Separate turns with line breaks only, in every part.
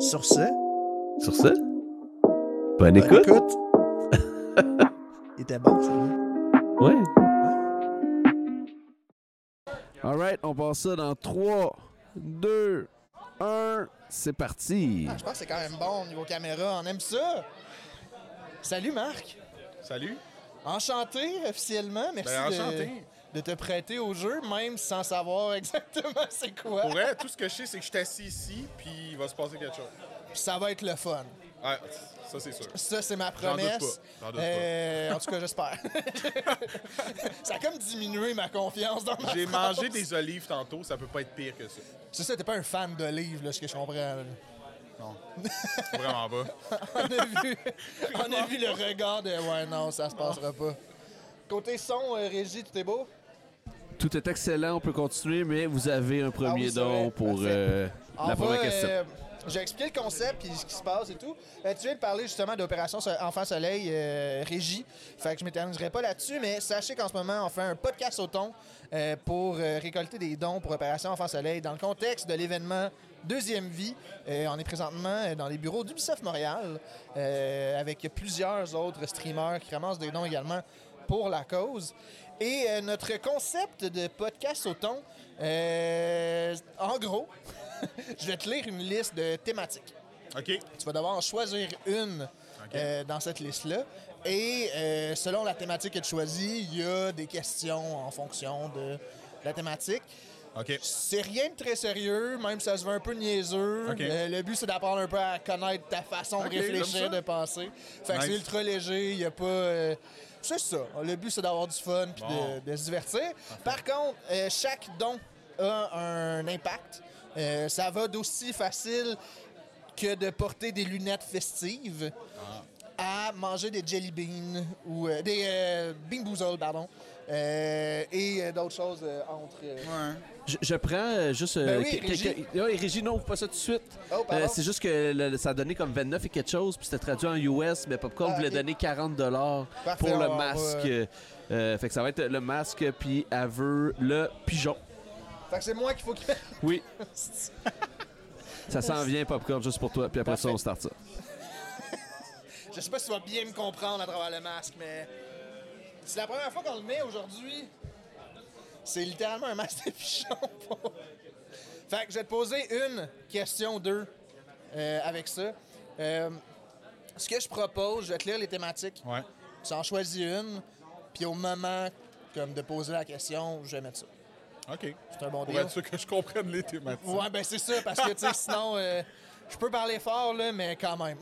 Sur ce, ben
Sur ce, bonne écoute.
Il était bon, ça. hein?
Ouais.
All right, on passe ça dans 3, 2, 1, c'est parti.
Je pense que c'est quand même bon au niveau caméra. On aime ça. Salut, Marc.
Salut.
Enchanté officiellement. Merci
Ben,
de-
enchanté.
De, te prêter au jeu, même sans savoir exactement c'est quoi.
Pour vrai, tout ce que je sais, c'est que je suis assis ici, puis il va se passer quelque chose.
Ça va être le fun.
Ouais, ça, c'est sûr.
Ça, c'est ma
J'en doute
promesse.
pas. J'en doute pas.
Euh, en tout cas, j'espère. ça a comme diminué ma confiance dans ma
J'ai
phrase.
mangé des olives tantôt, ça peut pas être pire que ça.
C'est ça, t'es pas un fan de livres, là, ce que je comprends. là.
Vraiment pas.
on a vu, on a vu le regard de ouais non ça se passera pas. Côté son, euh, Régie, tout est beau.
Tout est excellent, on peut continuer, mais vous avez un
Ah oui,
premier
c'est
don
vrai.
pour
Parfait.
euh,
On
la première
va,
question.
euh, J'ai expliqué le concept puis ce qui se passe et tout. Euh, tu viens de parler justement d'opération So- Enfant Soleil euh, Régie. Fait que je m'éterniserai pas là-dessus, mais sachez qu'en ce moment, on fait un podcast au thon euh, pour euh, récolter des dons pour Opération Enfant Soleil dans le contexte de l'événement Deuxième Vie. Euh, on est présentement euh, dans les bureaux d'Ubisoft Montréal euh, avec plusieurs autres streamers qui ramassent des dons également pour la cause. Et euh, notre concept de podcast au thon, euh, en gros, je vais te lire une liste de thématiques.
OK.
Tu vas devoir en choisir une euh, dans cette liste-là. Et euh, selon la thématique que tu choisis, il y a des questions en fonction de la thématique.
OK.
C'est rien de très sérieux, même si ça se veut un peu niaiseux.
OK.
Euh, le but, c'est d'apprendre un peu à connaître ta façon
OK,
de
j'aime ça.
réfléchir, de penser. Fait que
Nice.
c'est ultra léger, il n'y a pas. euh, C'est ça. Le but, c'est d'avoir du fun puis
Bon.
de, de se divertir. Par contre, euh, chaque don a un impact. Euh, ça va d'aussi facile que de porter des lunettes festives
Ah.
à manger des jelly beans ou euh, des euh, bean boozled, pardon, Euh, et euh, d'autres choses euh, entre. euh,
Je, je prends euh, juste. euh,
Ben oui,
que- que-
Régie.
que- Ouais, Régie, non, pas ça tout de suite. Euh,
Oh, pardon.
c'est juste que le- ça a donné comme 29 et quelque chose, puis c'était traduit en US, mais Popcorn
Ah,
voulait
ok.
donner 40
Parfait,
pour
on
le
va-
masque. Euh, fait que ça va être le masque, puis elle veut le pigeon.
Fait que c'est moi qu'il faut qu'il
Oui. ça s'en vient, Popcorn, juste pour toi, puis après ça, on start ça.
Je sais pas si tu vas bien me comprendre à travers le masque, mais euh, c'est la première fois qu'on le met aujourd'hui. C'est littéralement un masque de pigeon. pour- fait que je vais te poser une question, deux, euh, avec ça. Euh, ce que je propose, je vais te lire les thématiques.
Ouais.
Tu en choisis une, puis au moment comme de poser la question, je vais mettre ça.
OK.
C'est un bon
Pour
deal.
être sûr que je comprenne les thématiques.
Ouais, ben c'est ça, parce que tu sais, sinon, euh, je peux parler fort, là, mais quand même.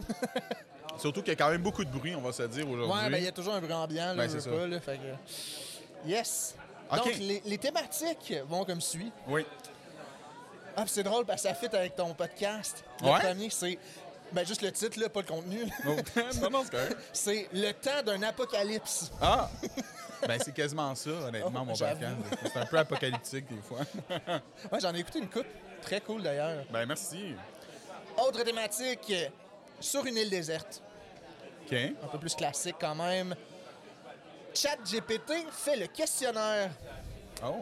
Surtout qu'il y a quand même beaucoup de bruit, on va se dire aujourd'hui.
Ouais, ben il y a toujours un bruit ambiant, là,
Ben,
je
c'est
veux
ça.
pas, là, fait que- Yes!
Ok.
Donc, les, les thématiques vont comme suit.
Oui.
Ah, puis c'est drôle parce que ça fit avec ton podcast. Le
Ouais?
premier, c'est. Ben, juste le titre, là, pas le contenu. là.
Non, non, non, c'est correct.
C'est Le temps d'un apocalypse.
Ah! Ben, c'est quasiment ça, honnêtement,
Oh,
mon
j'avoue.
podcast. C'est un peu apocalyptique, des fois.
Ouais, j'en ai écouté une coupe. Très cool, d'ailleurs.
Ben, merci.
Autre thématique, euh, sur une île déserte.
OK.
Un peu plus classique, quand même. Chat GPT fait le questionnaire
Oh!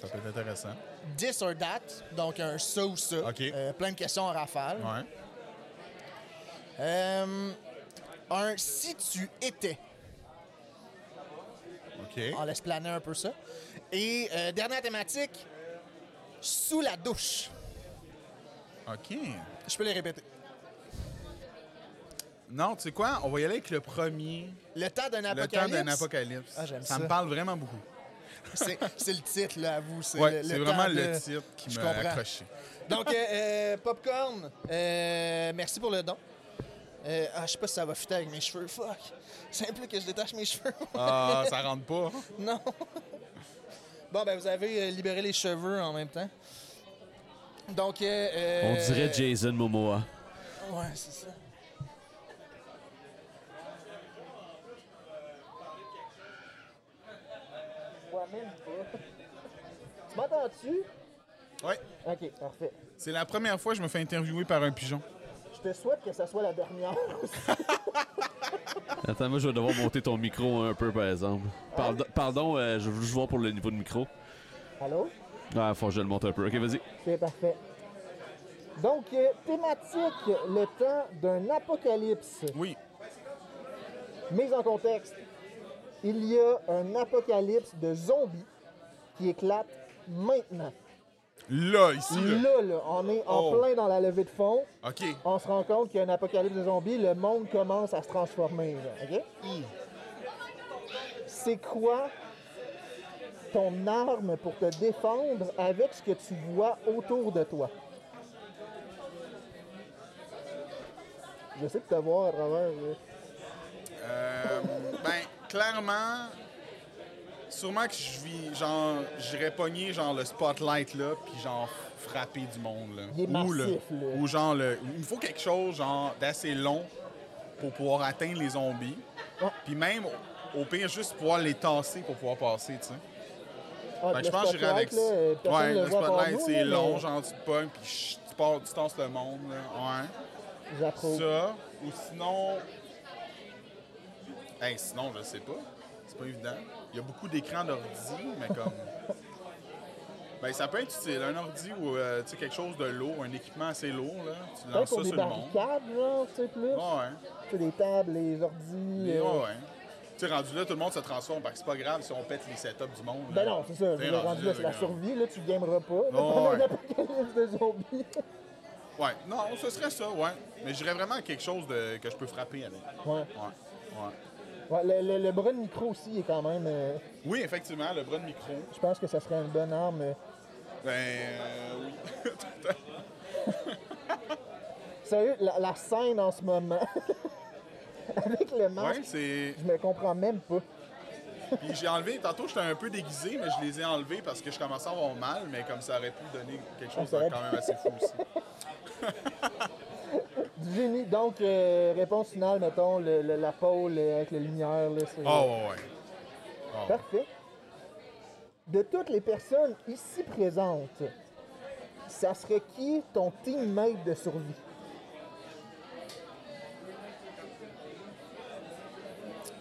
Ça peut être intéressant.
This or That, donc un ça ou ça.
Ok.
Euh, plein de questions en rafale.
Ouais.
Euh, un si tu étais. On
OK.
laisse planer un peu ça. Et euh, dernière thématique, sous la douche.
OK.
Je peux les répéter.
Non, tu sais quoi? On va y aller avec le premier.
Le temps d'un
Le temps
apocalypse.
d'un apocalypse.
Ah, j'aime
ça.
ça.
me parle vraiment beaucoup.
c'est, c'est le titre, là, à vous. C'est,
Ouais,
le- le
c'est vraiment
temps
le
de-
titre qui
Je
m'a
comprends.
accroché.
Donc, euh, euh, Popcorn, euh, merci pour le don. Euh, ah, je sais pas si ça va fitter avec mes cheveux. Fuck. C'est implique que je détache mes cheveux.
Ah, ça rentre pas.
Non. bon, ben, vous avez euh, libéré les cheveux en même temps. Donc, euh, euh,
On dirait Jason Momoa.
Ouais, c'est ça. Ouais, même pas. Tu m'entends-tu?
Ouais.
Ok, parfait.
C'est la première fois que je me fais interviewer par un pigeon.
Je te souhaite que ça soit la dernière.
Attends, moi, je vais devoir monter ton micro un peu, par exemple. Pardon, pardon euh, je veux juste voir pour le niveau de micro.
Allô?
Ah, faut que je le monte un peu. Ok, vas-y.
C'est parfait. Donc, euh, thématique, le temps d'un apocalypse.
Oui.
Mise en contexte, il y a un apocalypse de zombies qui éclate maintenant.
Là, ici, là.
Là, là, on est en
Oh.
plein dans la levée de fond.
OK.
On se rend compte qu'il y a un apocalypse de zombies, le monde commence à se transformer. là, OK? C'est quoi ton arme pour te défendre avec ce que tu vois autour de toi? Je sais que te voir à travers. là.
Euh, ben, clairement, sûrement que je vis, genre, j'irais pogner, genre, le spotlight, là, puis genre, frapper du monde, là.
Il est
ou, le-
massif, là.
ou genre, le, il me faut quelque chose, genre, d'assez long pour pouvoir atteindre les zombies.
Ouais.
Puis même, au- au pire, juste pouvoir les tasser pour pouvoir passer, tu sais.
Ah,
Fait que
le
Ben, je pense que j'irais avec
spotlight, là, euh, personne
Ouais,
le
le
voit à part
spotlight,
nous,
c'est
là,
long,
mais
genre, tu te pognes, puis chut, tu, pars- tu tasses le monde, là. Ouais.
J'approuve.
Ça, ou sinon. Hey, sinon, je sais pas. C'est pas évident. Il y a beaucoup d'écrans d'ordi, mais comme. ben, ça peut être utile. Un ordi ou euh, tu sais, quelque chose de lourd, un équipement assez lourd, là. Tu
Peut-être
lances ça
pour
sur
des
le monde.
barricades, genre, tu sais, plus.
Ouais, ouais.
Tu sais, les tables, les ordis.
Mais
euh,
ouais, ouais. Tu sais, rendu là, tout le monde se transforme parce que c'est pas grave si on pète les setups du monde.
Ben
là.
non, c'est ça.
Tu
Je
sais,
l'ai rendu là, c'est la
là.
survie, là, tu gameras pas. là,
Oh,
pendant
ouais.
un apocalypse de zombies.
Ouais, non, ce serait ça, ouais. Mais j'irais vraiment à quelque chose de... que je peux frapper avec. Ouais,
ouais.
ouais.
Ouais, le, le, le bras de micro aussi est quand même. euh,
Oui, effectivement, le bras de micro.
je pense que ça serait une bonne arme. euh.
Ben, euh, oui.
Sérieux, la, la scène en ce moment. Avec le masque,
Ouais, c'est.
je me comprends même pas.
Puis j'ai enlevé. Tantôt, j'étais un peu déguisé, mais je les ai enlevés parce que je commençais à avoir mal, mais comme ça aurait pu donner quelque chose
Ça
de
aurait
quand
pu.
même assez fou aussi.
Du génie. Donc, euh, réponse finale, mettons, le- le- la pôle euh, avec la lumière. Là, c'est-
Oh, ouais, ouais. Oh, ouais.
Parfait. De toutes les personnes ici présentes, ça serait qui ton teammate de survie?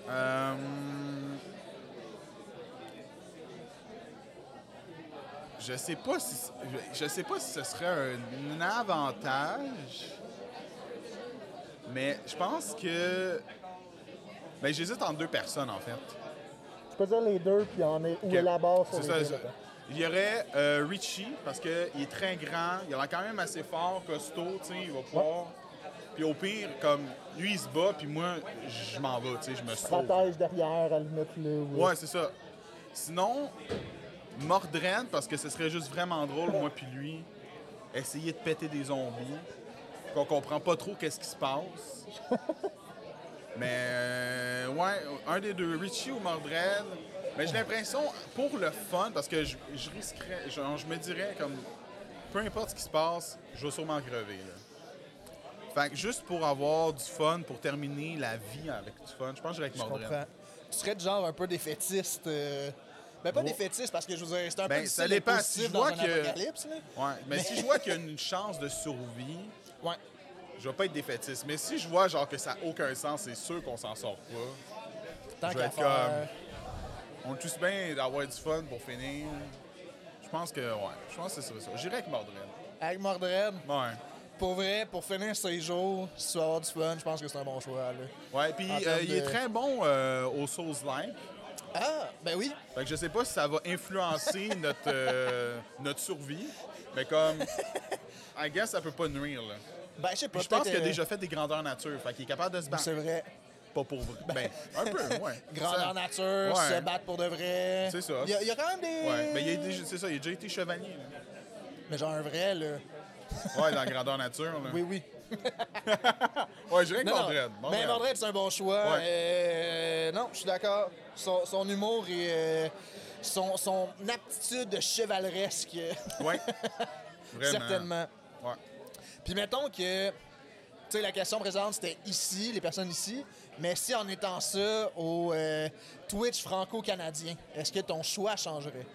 Euh, Je sais pas si je sais pas si ce serait un avantage, mais je pense que ben j'hésite entre deux personnes en fait.
Tu peux dire les deux, puis on est où
Ok.
est la barre sur
C'est
les
ça,
deux,
c'est-
mettons.
Il y aurait euh, Richie, parce qu'il est très grand, il a l'air quand même assez fort, costaud, tu sais, il va pouvoir. Puis au pire, comme lui, il se bat, puis moi, je m'en vais, tu sais, je me sauve.
Stratège derrière, à la limite, là. ou-
Ouais, c'est ça. Sinon, Mordred, parce que ce serait juste vraiment drôle, moi puis lui, essayer de péter des zombies, qu'on comprend pas trop qu'est-ce qui se passe. Mais, euh, ouais, un des deux, Richie ou Mordred. Mais j'ai l'impression, pour le fun, parce que je, je risquerais, genre, je me dirais comme, peu importe ce qui se passe, je vais sûrement crever, là. Fait que juste pour avoir du fun, pour terminer la vie avec du fun, je pense que j'irais avec
Je
Mordred.
comprends. Tu serais du genre un peu défaitiste. euh, Ben, pas
Oh.
défaitiste, parce que je veux dire, c'est un
Ben,
peu
ça
difficile d'être
dépend.
positif
Si je
dans
vois
un
que-
apocalypse, là.
Ouais, mais, si je vois qu'il y a une chance de survie,
Ouais.
je vais pas être défaitiste. Mais si je vois genre que ça n'a aucun sens, c'est sûr qu'on s'en sort pas.
Tant
Je vais
qu'à
être
faire, euh,
On est tous bien d'avoir du fun pour finir. Je pense que ouais, je pense que c'est ça. J'irai avec Mordred.
Avec Mordred,
Ouais.
pour vrai, pour finir ces jours, si tu vas avoir du fun, je pense que c'est un bon choix, là.
Ouais, puis
En
euh,
termes
il est
de-
très bon euh, aux Souls Like.
Ah, ben oui.
Fait que je sais pas si ça va influencer notre, euh, notre survie, mais comme I guess ça peut pas nuire là.
Ben, je sais pas.
Puis je pense
peut-être,
qu'il a
euh,
déjà fait des grandeurs nature, fait qu'il est capable de se battre.
C'est vrai.
Pas pour vrai. Ben, un peu, ouais. Ça-
Grandeur nature,
Ouais.
se battre pour de vrai.
C'est ça.
Il y, a- ben, il y a quand même des.
Ouais, mais il a déjà- c'est ça, il a déjà été chevalier. là.
Mais genre un vrai, là.
Hein. Ouais, dans Grandeur Nature. Là.
Oui, oui.
Ouais, je dirais que
Non, Ben,
ben,
non.
Mordred.
Mais
Mordred.
Mordred, c'est un bon choix. Euh, non, je suis d'accord. Son, son humour et euh, son, son aptitude chevaleresque, euh,
Ouais. Vraiment.
certainement.
Ouais.
Puis mettons que, tu sais, la question présente, c'était ici, les personnes ici. Mais si en étant ça au euh, Twitch franco-canadien, est-ce que ton choix changerait?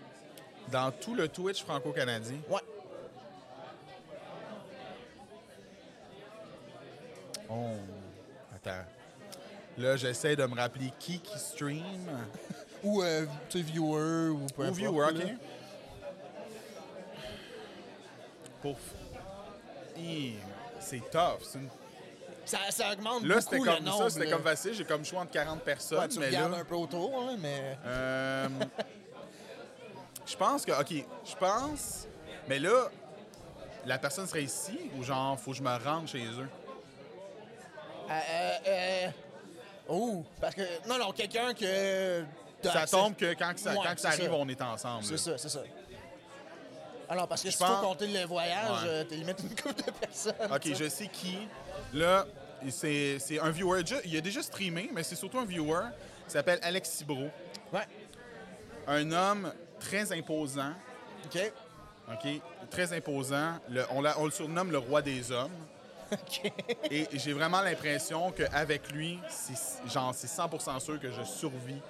Dans tout le Twitch franco-canadien,
Ouais.
on. Attends. Là, j'essaie de me rappeler qui qui stream.
Ou, euh, tu sais, viewer ou peu
Ou
importe,
viewer,
là.
ok? Pour. Hi, C'est tough. c'est une-
Ça, ça augmente
Là, c'était
beaucoup le
comme
nombre.
ça, c'était
là.
comme facile. J'ai comme choix entre 40 personnes.
Ouais, tu
mais
regardes
là,
un peu autour, hein, mais...
Euh, je pense que, OK, je pense, mais là, la personne serait ici ou genre, faut que je me rende chez eux?
Euh, euh, euh, Oh, parce que... Non, non, quelqu'un que... t'as
Ça
accès-
tombe que quand, que ça,
Ben, Ouais,
quand que ça
c'est
arrive,
ça.
on est ensemble. là.
C'est ça, c'est ça. Alors, parce que
Je
si tu faut
pense-
compter le voyage,
Ouais.
euh, t'es limite une couple de personnes.
OK, je sais qui. Là, c'est c'est un viewer. déjà- Il a déjà streamé, mais c'est surtout un viewer. Il s'appelle Alex Cibro.
Ouais,
Un homme très imposant.
OK.
OK? Très imposant. Le- on, l'a- on le surnomme le roi des hommes.
OK.
Et j'ai vraiment l'impression qu'avec lui, c'est genre c'est 100% sûr que je survis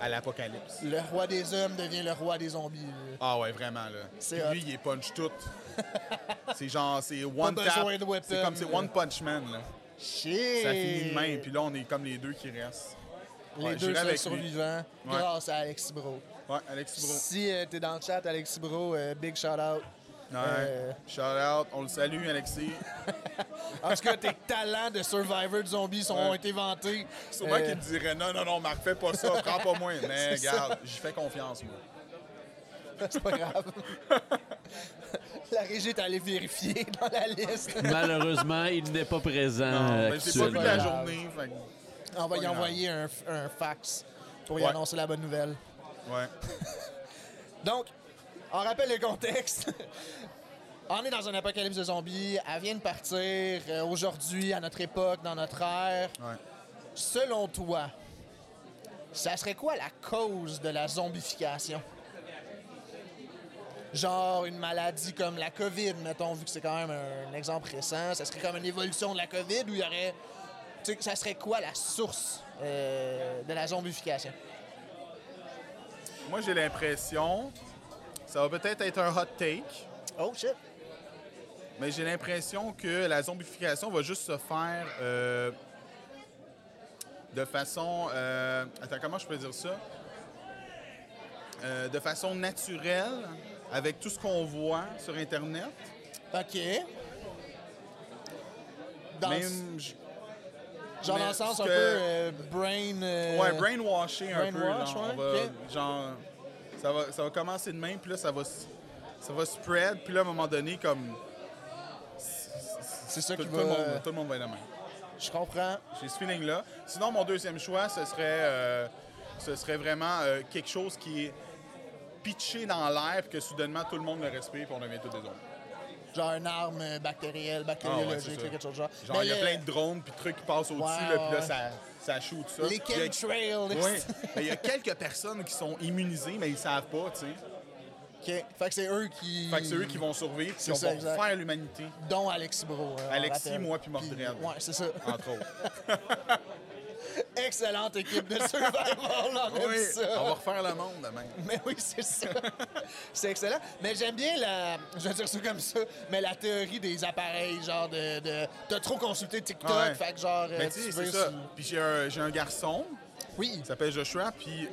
à l'apocalypse.
Le roi des hommes devient le roi des zombies. là.
Ah ouais, vraiment là.
C'est
Puis
hot.
lui, il est punch tout. c'est genre c'est one tap.
besoin de weapon,
C'est comme c'est
là.
one punch man là.
Shit!
Ça finit de même. Puis là, on est comme les deux qui restent.
Les
Ouais,
deux
j'irai
seuls
avec
survivants
lui. Ouais.
grâce à Alexis Bro.
lui. Ouais, Alex Bro.
Si euh, t'es dans le chat, Alexis Bro, euh, big shout-out.
Ouais.
Euh,
Shout out, on le salue Alexis.
En tout cas, tes talents de survivor de zombies sont, ont
Ouais.
été vantés.
Souvent
Euh,
qu'il me dirait non non non, Marc fais pas ça, prends pas moi. Mais
C'est ça.
regarde, j'y fais confiance moi.
C'est pas grave. la régie est allée vérifier dans la liste.
Malheureusement, il n'est pas présent
Non, mais j'ai pas vu
actuellement.
la journée. fait que-
On va
Pas
y
grave.
envoyer un, un fax pour y
Ouais.
annoncer la bonne nouvelle.
Ouais.
Donc, on rappelle le contexte. on est dans un apocalypse de zombies. Elle vient de partir euh, aujourd'hui, à notre époque, dans notre ère.
Ouais.
Selon toi, ça serait quoi la cause de la zombification? Genre une maladie comme la COVID, mettons, vu que c'est quand même un exemple récent. Ça serait comme une évolution de la COVID où il y aurait. Tu sais, ça serait quoi la source euh, de la zombification?
Moi, j'ai l'impression, ça va peut-être être un hot take,
Oh shit!
mais j'ai l'impression que la zombification va juste se faire euh, de façon. euh, attends, comment je peux dire ça? Euh, de façon naturelle, avec tout ce qu'on voit sur Internet.
OK. Dans,
Même, j-
genre
mais
dans le sens
ce
un
que-
peu euh, brain. euh,
ouais, brainwashé un peu.
brainwash,
genre,
ouais,
on va-
ok.
genre, ça va, ça va commencer de même, puis là, ça va, s- ça va spread, puis là, à un moment donné, comme.
C'est ça
Tout,
qui
tout
va-
le monde, tout le monde va être de même.
Je comprends.
J'ai ce feeling-là. Sinon, mon deuxième choix, ce serait, euh, ce serait vraiment euh, quelque chose qui est pitché dans l'air puis que soudainement tout le monde le respire puis on devient tous des zombies.
Genre une arme euh, bactérielle,
Ah ouais,
bactériologique,
c'est ça.
quelque chose de genre.
Genre, il y a
Mais,
plein
euh,
de drones puis de trucs qui passent au-dessus
Ouais,
là, puis là,
ouais.
ça, ça shoot ça.
Les
Puis il y a-
chemtrails.
Oui. Mais il y a quelques personnes qui sont immunisées, mais ils savent pas, tu sais.
OK. Fait que c'est eux qui.
Fait que c'est eux qui vont survivre puis
C'est
on
ça,
va
exact.
faire l'humanité,
Dont Alexis Bro. euh, on
Alexis,
rappelle.
moi, puis Mordred.
Ouais, c'est ça.
entre autres.
Excellente équipe de survival, on aime
oui,
ça.
on va refaire le monde demain.
Mais oui, c'est ça. c'est excellent. Mais j'aime bien la. Je vais dire ça comme ça, mais la théorie des appareils, genre de. de T'as trop consulté TikTok,
Ouais.
fait que genre. euh,
Mais tu sais, c'est
veux
ça.
si-
Puis j'ai un- j'ai un garçon
Oui.
Il s'appelle Joshua, puis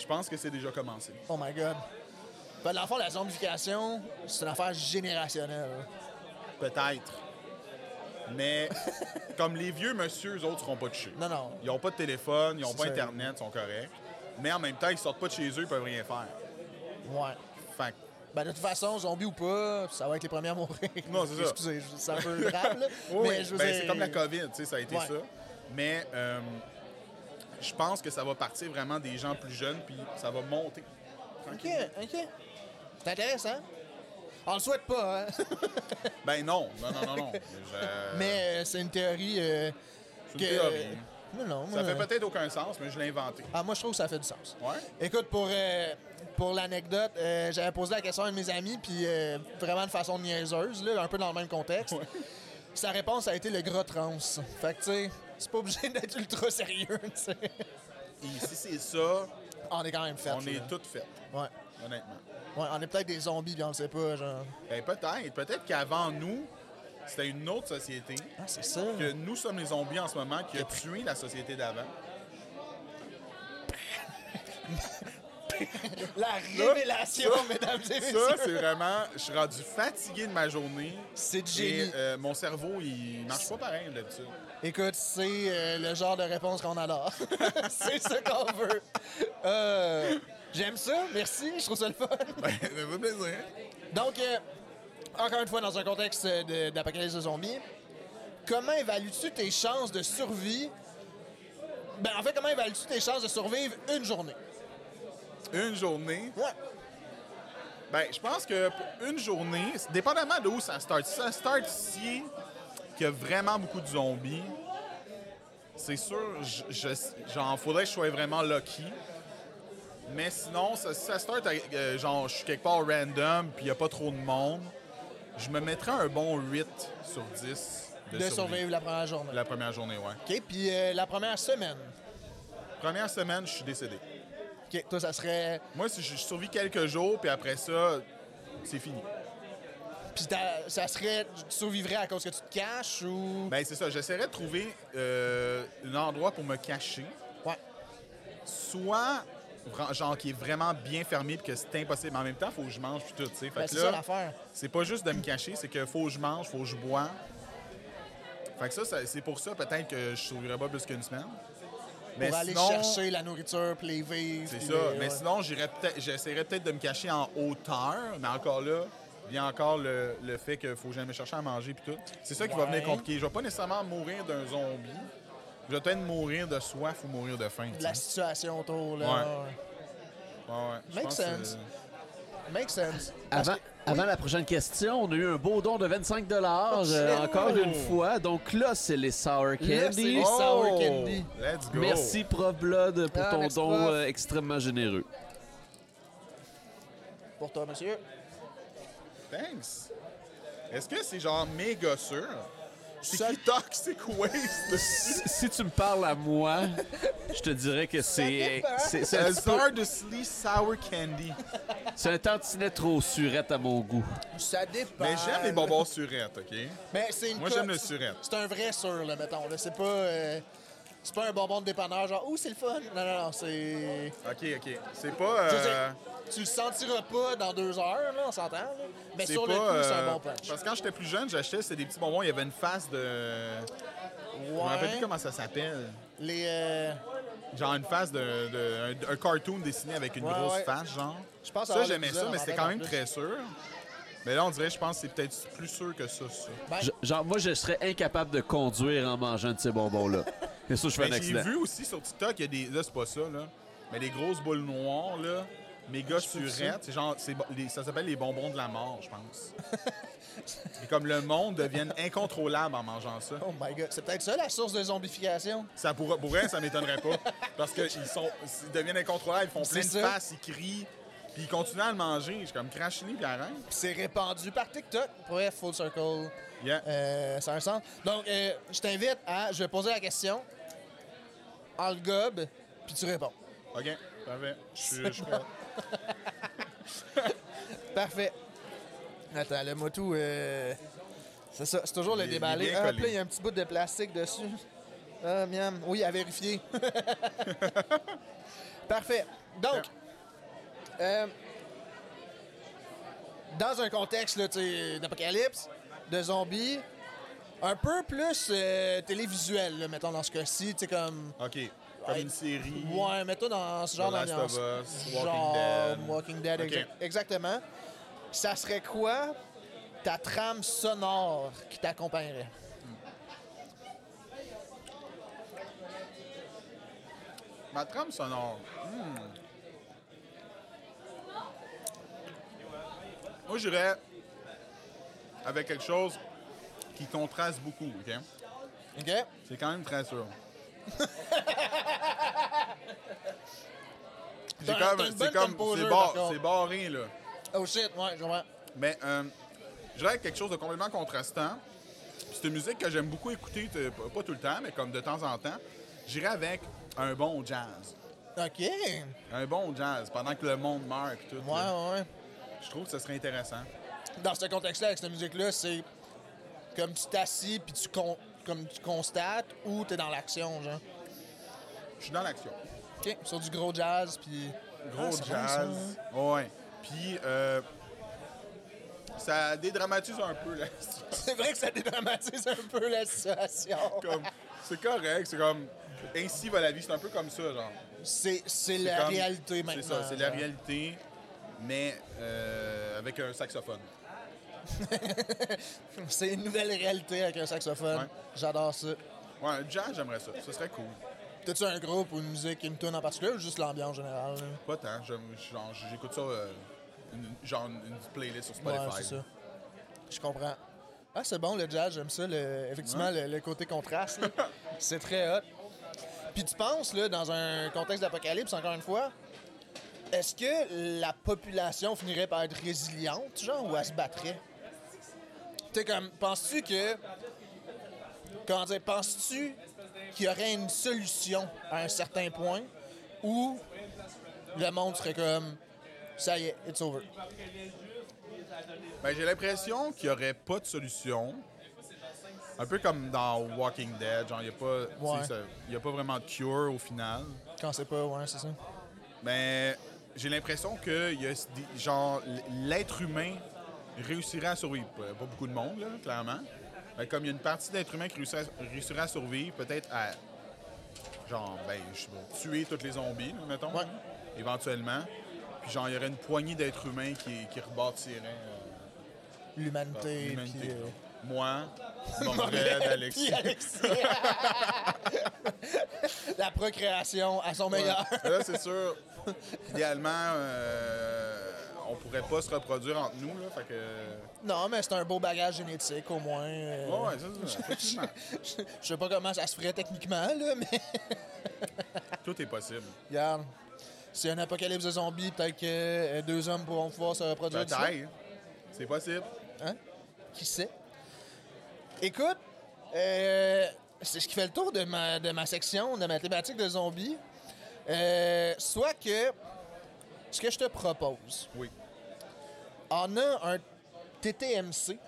je pense que c'est déjà commencé.
Oh my god. Ben, dans le fond, la zombification, c'est une affaire générationnelle.
Peut-être. Mais comme les vieux monsieur, eux autres seront pas touchés.
Non, non.
Ils n'ont pas de téléphone, ils n'ont
C'est
pas
ça.
Internet, ils sont corrects. Mais en même temps, ils sortent pas de chez eux, ils peuvent rien faire.
Ouais.
Fait que-
Ben, de toute façon, zombie ou pas, ça va être les premiers à mourir.
Non, c'est ça.
Excusez, je- c'est un peu grave, là.
Oui,
mais
oui.
je veux
Ben,
dire-
c'est comme la COVID, tu sais, ça a été
Ouais.
ça. Mais euh, je pense que ça va partir vraiment des gens plus jeunes, puis ça va monter.
OK, OK. C'est intéressant. On le souhaite pas,
Euh.
hein.
Ben non, non, non, non, non. Je-
Mais euh, c'est une théorie. euh,
c'est une
que-
théorie.
Non, non.
Ça
moi,
fait peut-être aucun sens, mais je l'ai inventé.
Ah, moi, je trouve que ça fait du sens.
Ouais?
Écoute, pour, euh, pour l'anecdote, euh, j'avais posé la question à un de mes amis, puis euh, vraiment de façon niaiseuse, là, un peu dans le même contexte. Sa réponse a été le gras trans. Fait que, tu sais, c'est pas obligé d'être ultra sérieux, tu sais.
Et si c'est ça,
On est quand même fait.
on
là.
est toutes faites.
Ouais.
honnêtement.
Ouais, on est peut-être des zombies, puis on le sait pas, genre.
Ben, peut-être. Peut-être qu'avant nous, c'était une autre société,
Ah, c'est ça.
que nous sommes les zombies en ce moment, qui a tué la société d'avant.
La révélation, mesdames et
Ça,
messieurs.
c'est vraiment. Je suis rendu fatigué de ma journée.
C'est de génie.
Et euh, mon cerveau, il marche pas pareil d'habitude.
Écoute, c'est euh, le genre de réponse qu'on adore. c'est ce qu'on veut. Euh, J'aime ça, merci, je trouve ça le fun.
Ben, ça fait plaisir.
Donc, euh, encore une fois, dans un contexte de- d'apocalypse de, zombies, comment évalues-tu tes chances de survie? Ben, en fait, comment évalues-tu tes chances de survivre une journée?
Une journée.
Ouais.
Ben, je pense que pour une journée, c'est- dépendamment de où ça start, si ça start ici, qu'il y a vraiment beaucoup de zombies, c'est sûr, je, je- genre, faudrait que je sois vraiment lucky. Mais sinon, ça, si ça start, avec, euh, genre, je suis quelque part random, puis il n'y a pas trop de monde, je me mettrais un bon 8 sur 10 de,
De, survivre la première journée.
la première journée, ouais.
OK, puis euh, la première semaine.
Première semaine, je suis décédé.
OK, toi, ça serait...
Moi, si je je survis quelques jours, puis après ça, c'est fini.
Puis t'as- ça serait... Tu survivrais à cause que tu te caches ou...
Ben c'est ça, j'essaierais de trouver euh, un endroit pour me cacher.
Ouais.
Soit vra- genre qui est vraiment bien fermé puis que c'est impossible. Mais en même temps, faut que je mange puis tout, tu sais. Fait
Ben,
que
c'est
là,
ça l'affaire.
c'est pas juste de me cacher, c'est que faut que je mange, faut que je bois. Fait que ça, ça- c'est pour ça peut-être que je survivrai pas plus qu'une semaine. Mais
pour aller
sinon-
chercher la nourriture, puis les vivres.
C'est
puis
ça.
les-
Mais
euh, ouais.
sinon, j'irais peut-être- j'essaierais peut-être de me cacher en hauteur, mais encore là, vient encore le, le fait qu'il faut jamais chercher à manger puis tout. C'est ça qui va
Ouais.
venir compliqué. Je vais pas nécessairement mourir d'un zombie. Je vais peut-être mourir de soif ou mourir de faim.
De la
tu sais.
situation autour, là.
Ouais, ouais. Je
Makes
pense euh, que-
sense. Make sense.
Avant, avant la prochaine question, on a eu un beau don de 25 dollars euh,
shit.
encore
Oh.
une fois. Donc là, c'est les Sour
Là, c'est
Candy.
les
Oh!
Sour candy.
Let's go.
Merci, Prof Blood, pour
Ah,
ton
merci,
don
prof.
euh, extrêmement généreux.
Pour toi, monsieur.
Thanks. Est-ce que c'est genre méga sûr? C'est
Ça-
qui Toxic Waste?
Si si tu me parles à moi, je te dirais que c'est
dépend.
c'est- c'est un
Le
petit peu-
Zardously Sour Candy.
c'est un tantinet trop surette à mon goût.
Ça dépend.
Mais j'aime les bonbons surettes, OK?
Mais c'est une
Moi,
co-
j'aime le surette.
C'est un vrai sur, là, mettons. là. C'est pas... euh, C'est pas un bonbon de dépanneur, genre, ouh, c'est le fun. Non, non, non, c'est.
OK, OK. C'est pas...
Je veux
euh,
dire, Tu le sentiras pas dans deux heures, là, on s'entend. là. Mais
C'est
sur le
pas,
coup, c'est
euh,
un bon punch.
Parce que quand j'étais plus jeune, j'achetais c'était des petits bonbons, il y avait une face de. Je me rappelle plus
Ouais.
comment ça s'appelle.
Les. euh,
Genre une face de. de- un, un cartoon dessiné avec une
Ouais,
grosse
ouais.
face, genre.
Je pense
ça,
avoir
j'aimais ça,
l'épisode
mais
en
c'était
tête
quand
en
même
plus.
très sûr. Mais là, on dirait, je pense que c'est peut-être plus sûr que ça, ça.
ben,
Je- genre, moi, je serais incapable de conduire en mangeant de ces bonbons-là. C'est sûr, je fais un
Ben,
Mais Ben, j'ai
accident.
vu aussi sur TikTok, il y a des. Là, c'est pas ça, là. Mais les grosses boules noires, là.
Ah,
Méga surettes. C'est genre. c'est bon- les- ça s'appelle les bonbons de la mort, je pense. Et comme le monde devient incontrôlable en mangeant ça.
Oh my god, c'est peut-être ça la source de zombification.
Ça pourra- pour vrai, ça m'étonnerait pas. Parce qu'ils sont. Ils deviennent incontrôlables, ils font plein de
C'est ça.
faces, ils crient. Puis ils continuent à le manger. Je suis comme crache-les puis arrête.
Puis C'est répandu par TikTok. Bref, full circle.
Yeah.
Euh, ça a un sens. Donc, euh, je t'invite à. Je vais poser la question. En le gobe, puis tu réponds.
OK. Parfait. Je suis- je suis prêt.
Parfait. Attends, le motou. euh, C'est ça, c'est toujours le
Il est- il est
déballé.
bien
Ah,
collé.
puis là, il y a un petit bout de plastique dessus. Ah, miam. Oui, à vérifier. Parfait. Donc, euh, dans un contexte là, tu sais, d'apocalypse, de zombies, un peu plus euh, télévisuel, là, mettons, dans ce cas-ci. Tu sais, comme.
OK. Comme une série.
Ouais, mettons dans ce genre
The Last
d'ambiance.
of Us, Walking
genre
Dead.
Walking Dead,
Ok.
exact- exactement. Ça serait quoi ta trame sonore qui t'accompagnerait?
Ma trame sonore. Hmm. Moi, j'irais avec quelque chose qui contraste beaucoup. OK?
OK?
C'est quand même très sûr. J'ai
T'as-
comme-
t'as une bonne
C'est comme.
composer,
C'est
par
bar-
contre.
c'est barré, là.
Oh shit, ouais, je comprends.
Mais euh, je dirais quelque chose de complètement contrastant. Puis C'est une musique que j'aime beaucoup écouter, t- pas- pas tout le temps, mais comme de temps en temps. J'irai avec un bon jazz.
OK. Ouais,
Un bon jazz, pendant que le monde meurt et tout. là.
ouais, ouais.
Je trouve que ce serait intéressant.
Dans ce contexte-là, avec cette musique-là, c'est comme tu t'assis puis tu con- comme tu constates ou t'es dans l'action, genre.
Je suis dans l'action.
OK. Sur du gros jazz puis
Gros
Ah, c'est bon, ça, hein.
jazz. ouais. Puis, euh, ça dédramatise un peu la situation.
C'est vrai que ça dédramatise un peu la situation.
Comme, c'est correct, c'est comme. Ainsi va la vie, c'est un peu comme ça, genre.
C'est c'est
C'est
la
comme-
réalité maintenant.
C'est ça, c'est la
genre.
réalité, mais euh, avec un saxophone.
C'est une nouvelle réalité avec un saxophone.
Ouais.
J'adore ça.
Ouais, un jazz, j'aimerais ça. Ce serait cool.
T'as-tu un groupe ou une musique, une tune en particulier ou juste l'ambiance générale? là?
Pas tant. j'aime- genre, J'écoute ça, euh, une, genre une playlist sur
Ouais,
Spotify.
c'est ça. Je comprends. Ah, c'est bon le jazz, j'aime ça. le- effectivement, le, le côté contraste, là. c'est très hot. Puis tu penses, là, dans un contexte d'apocalypse, encore une fois, est-ce que la population finirait par être résiliente, genre, ou elle se battrait? Tu sais, comme, penses-tu que. Comment dire, penses-tu qu'il y aurait une solution à un certain point où le monde serait comme. Ça y est, it's over.
Ben, j'ai l'impression qu'il n'y aurait pas de solution. Un peu comme dans Walking Dead, genre, il n'y a, pas- tu sais,
Ouais.
ça- il y a pas vraiment de cure au final.
Quand c'est pas, ouais, c'est ça.
Mais Ben, j'ai l'impression que il y a s- des- genre l- l'être humain réussira à survivre. Pas pas beaucoup de monde, là, clairement. Mais comme il y a une partie d'être humain qui réussira, réussira à survivre, peut-être à genre ben je sais pas, tuer tous les zombies, là, mettons,
Ouais.
hein, éventuellement. Puis genre il y aurait une poignée d'êtres humains qui, qui rebâtiraient euh,
L'humanité,
l'humanité.
puis...
là.
euh,
Moi, mon
Morel,
Red, Alexis.
puis Alexis. La procréation à son meilleur.
Ouais. Là, c'est sûr. Idéalement, euh, on pourrait pas se reproduire entre nous, là. Fait que.
Non, mais c'est un beau bagage génétique, au moins. euh,
Ah Ouais, ouais, ça, ça,
je,
effectivement.
je- je sais pas comment ça se ferait techniquement, là, mais...
Tout est possible.
Regarde, s'il y a un apocalypse de zombies, peut-être que euh, deux hommes pourront pouvoir se reproduire.
Ben,
d'ici là.
taille. C'est possible.
Qui sait? Écoute, euh, c'est ce qui fait le tour de ma, de ma section de mathématiques de zombies. Euh, soit que ce que je te propose,
Oui.
on a un TTMC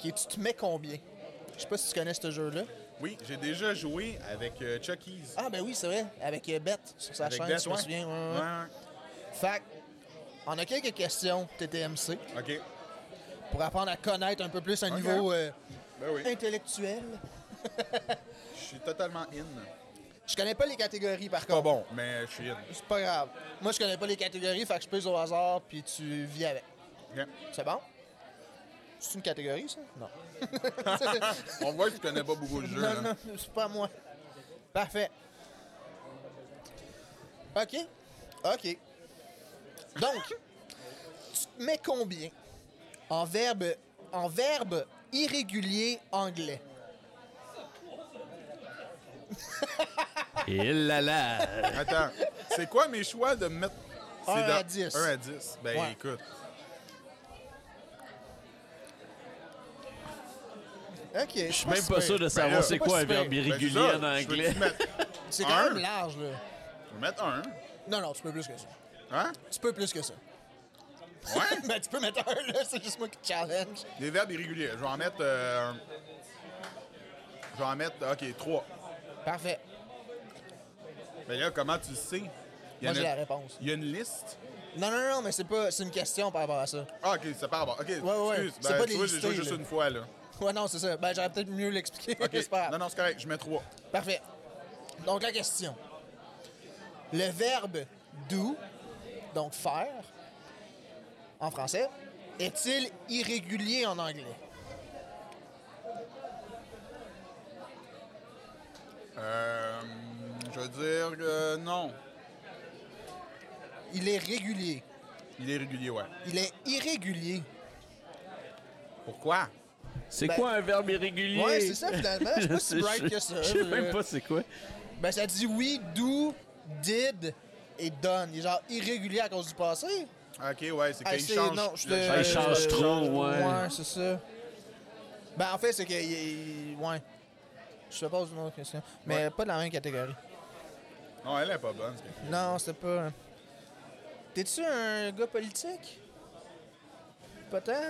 qui est tu te mets combien? Je sais pas si tu connais ce jeu-là.
Oui, j'ai déjà joué avec euh, Chucky's.
Ah ben oui, c'est vrai, avec euh, Beth sur sa
avec
chaîne,
Beth,
je me
ouais.
souviens. ouais, ouais. Fait que, on a quelques questions TTMC
Ouais, OK.
pour apprendre à connaître un peu plus un niveau euh,
Ben oui.
intellectuel.
Je suis totalement in.
Je connais pas les catégories par
Pas
contre.
bon, mais je suis in.
C'est pas grave. Moi, je connais pas les catégories, fait que je pèse au hasard, puis tu vis avec.
Ok.
C'est bon? C'est une catégorie, ça? Non.
On voit que tu connais pas beaucoup le jeu.
non,
là.
non, c'est pas moi. Parfait. OK. OK. Donc, tu te mets combien en verbe, en verbe irrégulier anglais?
Il la la.
Attends, c'est quoi mes choix de me mettre. C'est
Un à
dans-
dix.
un à 10. Ben
Ouais.
écoute.
OK. Je
Je suis même pas sûr de savoir
Ben là,
c'est
pas
quoi un
super.
verbe
Ben,
irrégulier
Ben, c'est ça,
en
je peux-tu
anglais.
mettre-
C'est quand
Un.
même large, là.
Je peux mettre un.
Non, non, tu peux plus que ça.
Hein?
Tu peux plus que ça.
Ouais?
Ben, tu peux mettre un, là. C'est juste moi qui te challenge.
Des verbes irréguliers. Je vais en mettre. euh, Je vais en mettre. OK, trois.
Parfait.
Mais Ben là, comment tu le sais? Il
Moi,
y en a-
j'ai la réponse.
Il y a une liste.
Non, non, non, mais c'est pas... C'est une question par rapport à ça.
Ah, ok, c'est pas rapport. Ok,
ouais.
excuse.
C'est
Ben,
pas
tu vois,
des
j'ai joué
listés,
juste
là.
une fois, là.
Ouais, non, c'est ça. Ben, j'aurais peut-être mieux l'expliquer.
Ok.
mais c'est pas grave.
Non, non, c'est correct, je mets trois.
Parfait. Donc, la question. Le verbe do, donc faire, en français, est-il irrégulier en anglais?
Euh, je veux dire, euh, non.
Il est régulier.
Il est régulier, ouais.
Il est irrégulier.
Pourquoi?
C'est
Ben-
quoi un verbe irrégulier?
Ouais, c'est ça, finalement. Je suis pas si
sais-
bright
je-
que ça. euh.
Je sais même pas c'est quoi.
Ben, ça dit oui, do, did et done. Il est genre irrégulier à cause du passé.
Ok, ouais, c'est
Ah,
qu'il
c'est-
change.
non, je
le-
te-
Ah, il change
je-
trop,
je-
ouais.
Ouais, c'est ça. Ben, en fait, c'est que. il- il- Ouais. Je te pose une autre question. Mais
Ouais.
pas dans la même catégorie.
Non, elle est pas bonne. c'est-
Non, c'était pas. T'es-tu un gars politique? Pas tant?
Pas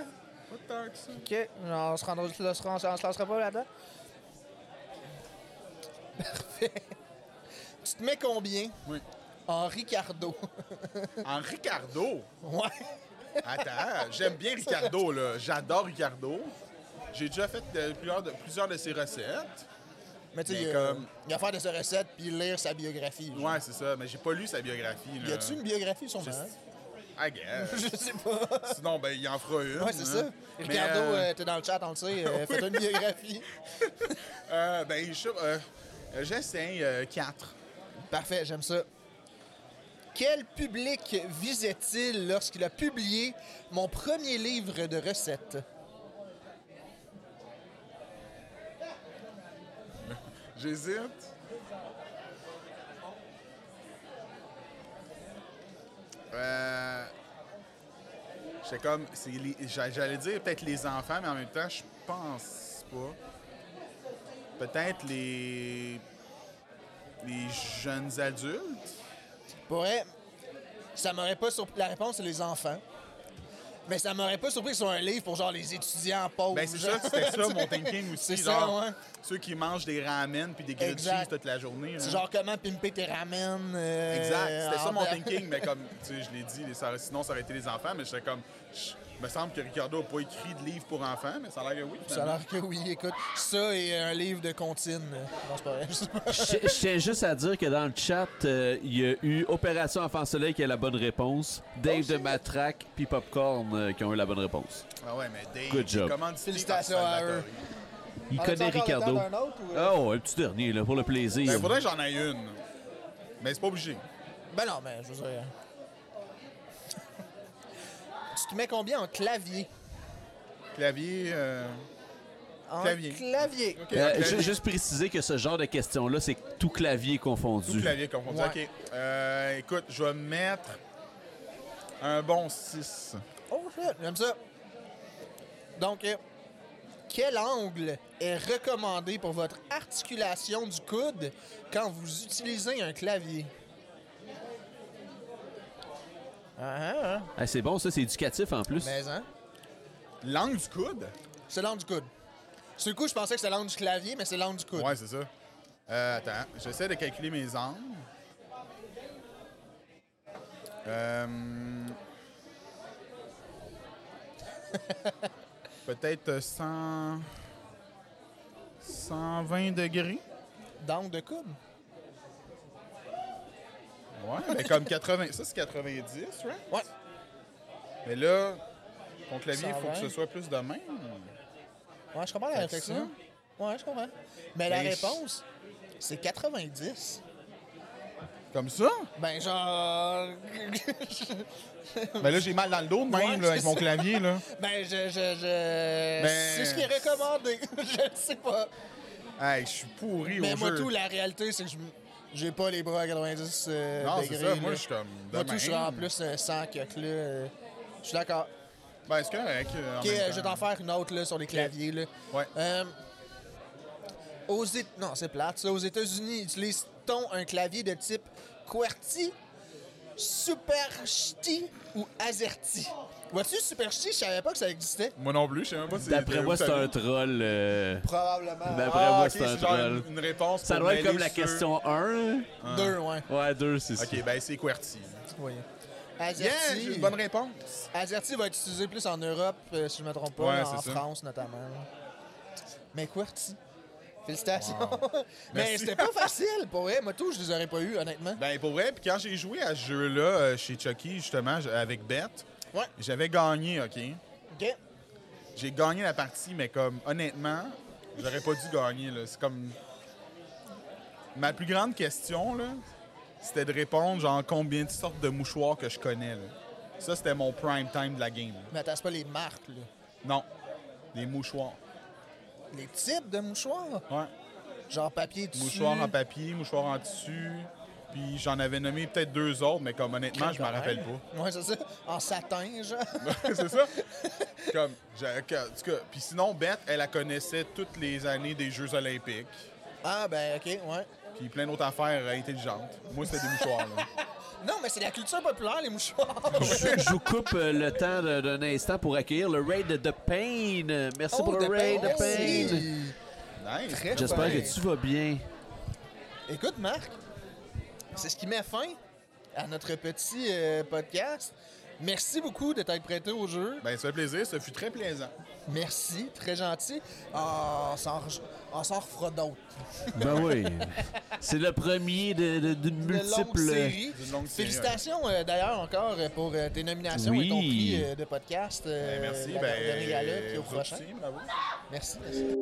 tant que ça.
Ok. Non, on se rendra- on se lancera, on se lancera pas là-dedans. Parfait. Tu te mets combien
Oui.
En Ricardo.
En Ricardo.
ouais.
Attends, j'aime bien Ricardo, là. J'adore Ricardo. J'ai déjà fait de- plusieurs, de, plusieurs de ses recettes.
Mais tu sais,
Mais
il y a-
comme-
il y a faire de ses recettes puis lire sa biographie. genre.
Ouais, c'est ça, mais j'ai pas lu sa biographie. Là.
Y a-tu une biographie sur
Je-
Marat?
I guess.
Je sais pas.
Sinon, ben, il en fera une.
Ouais, c'est
hein.
ça.
Mais,
Ricardo,
euh,
euh, t'es dans le chat, on le sait. euh, Fais-toi une biographie.
euh, ben, je euh, j'essaie euh, 4.
Parfait, j'aime ça. Quel public visait-il lorsqu'il a publié mon premier livre de recettes?
J'hésite. Euh, j'étais comme, c'est les- j'a- j'allais dire peut-être les enfants, mais en même temps, je pense pas. Peut-être les les jeunes adultes.
Pour vrai, ça m'aurait pas surpris. La réponse, c'est les enfants. Mais ça m'aurait pas surpris que ce soit un livre pour genre les étudiants pauvres.
Ben c'est
genre.
ça, c'était ça mon thinking aussi.
C'est ça,
genre,
ouais.
Ceux qui mangent des ramen puis des grilled
Exact.
cheese toute la journée.
C'est
là.
genre comment pimper tes ramen. euh,
Exact, c'était ça
en-
mon thinking, mais comme, tu sais, je l'ai dit, les- ça- sinon ça aurait été les enfants, mais j'étais comme, je- me semble que Ricardo n'a pas écrit de livre pour enfants, mais ça a l'air que oui.
Ça a
finalement.
l'air que oui, écoute. Ça et un livre de comptine. Non, c'est pas vrai. je sais pas.
Je je tiens juste à dire que dans le chat, euh, il y a eu Opération Enfant Soleil qui a la bonne réponse, Dave de Matraque puis Popcorn euh, qui ont eu la bonne réponse.
Ah ouais, mais Dave,
Good job.
comment tu
Félicitations à eux.
Il
On a-tu
connaît
encore le temps
Ricardo.
d'un autre Ben, ou, euh?
Oh, un petit dernier, là, pour le plaisir.
Il Ben, faudrait que j'en aie une, mais c'est pas obligé.
Ben non, mais je veux dire. tu te mets combien en clavier?
Clavier, euh,
En
Clavier.
clavier.
OK,
Euh,
clavier.
ju- juste préciser que ce genre de questions-là, c'est tout clavier confondu.
Tout clavier, comme on dit.
Ouais.
OK, Euh, écoute, je vais mettre un bon 6.
Oh shit, j'aime ça. Donc, euh, quel angle est recommandé pour votre articulation du coude quand vous utilisez un clavier? Ah, ah, ah.
Ah, c'est bon, ça, c'est éducatif en plus.
Mais, hein?
Langue du coude?
C'est l'angle du coude. Sur le coup, je pensais que c'était l'angle du clavier, mais c'est l'angle du coude.
Ouais, c'est ça. Euh, attends, j'essaie de calculer mes angles. Euh, Peut-être 100... 120 degrés.
D'angle de coude.
Ouais, mais comme 80. Ça, c'est 90, right?
Ouais.
Mais là, ton clavier, il faut que
120.
ce soit plus de même.
Ouais, je comprends la
Fait que
réflexion. Ouais, je comprends. Mais la
Mais je-
réponse, c'est 90.
Comme ça?
Ben, genre.
Mais là, j'ai mal dans le dos de même,
Ouais,
là, avec
c'est
mon
ça.
clavier, là.
ben, je. je, je...
Ben-
C'est ce qui est recommandé. je ne sais pas.
Hey, je suis pourri
Mais
au
moi,
jeu.
tout, la réalité, c'est que je. J'ai pas les bras à 90 euh,
Non, c'est
degrés.
ça. Moi,
là.
je suis comme...
Moi,
de
tout, je suis
même.
en plus euh, 100 que là. euh, Je suis d'accord.
Ben, c'est correct. euh, en
Ok,
même
euh,
temps.
je vais t'en faire une autre là, sur les claviers. Là.
Ouais.
Euh, aux Éta- Non, c'est plate. ça. Aux États-Unis, utilise-t-on un clavier de type QWERTY, SuperShitty ou AZERTY? Vois-tu, SuperShitty, je savais pas que ça existait.
Moi non plus, je sais même pas si
D'après moi,
où ça
c'est un
vient.
troll. euh,
Probablement.
D'après
Ah,
moi,
ok,
c'est un
c'est genre
troll.
une, une réponse.
Ça
pour
doit être comme
mêler
la
ceux-
question 1.
Deux, ouais.
Ouais, 2, c'est ça.
Ok, ben c'est QWERTY.
Oui.
Yeah,
AZERTY,
j'ai une bonne réponse.
AZERTY va être utilisé plus en Europe, euh, si je me trompe pas,
Ouais,
en
c'est ça.
France notamment. Mais QWERTY. Félicitations. Mais
Merci.
c'était pas facile pour vrai. Moi, tout, je les aurais pas eu, honnêtement.
Ben pour vrai, puis quand j'ai joué à ce jeu-là euh, chez Chucky, justement, j- avec Beth,
Ouais.
j'avais gagné, ok?
OK.
J'ai gagné la partie, mais comme, honnêtement, j'aurais pas dû gagner, là. C'est comme. Ma plus grande question, là, c'était de répondre, genre, combien de sortes de mouchoirs que je connais, là. Ça, c'était mon prime time de la game. là.
Mais attends, c'est pas les marques, là.
Non, les mouchoirs.
Les types de mouchoirs.
Ouais.
Genre papier dessus.
Mouchoir en papier, mouchoir en tissu. Puis j'en avais nommé peut-être deux autres, mais comme honnêtement, je m'en rappelle pas.
Ouais, c'est ça. En satin, genre.
c'est ça? Comme, j'ai- que- en tout cas, puis sinon, Beth, elle la connaissait toutes les années des Jeux Olympiques.
Ah, ben, OK, ouais.
Puis plein d'autres affaires euh, intelligentes. Moi, c'était des mouchoirs, là.
Non, mais c'est la culture populaire, les mouchoirs.
Je, je vous coupe euh, le temps de- d'un instant pour accueillir le raid de The Pain. Merci
Oh,
pour le
de
raid
pain,
de
merci.
Pain.
Nice.
Très
J'espère
pain.
que tu vas bien.
Écoute, Marc, c'est ce qui met fin à notre petit euh, podcast. Merci beaucoup de t'être prêté au jeu.
Ben, ça fait plaisir, ça fut très plaisant.
Merci, très gentil. Ah, on s'en re- on s'en refera d'autres.
Ben oui. C'est le premier de- de- d'une
Une longue
multiple. euh,
série.
D'une longue série,
Félicitations euh, d'ailleurs encore euh, pour euh, tes nominations
Oui.
et ton prix euh, de podcast. euh,
Ben, merci.
la
ben,
dernière gala, puis au
vous
prochain.
aussi, bravo.
Merci. merci.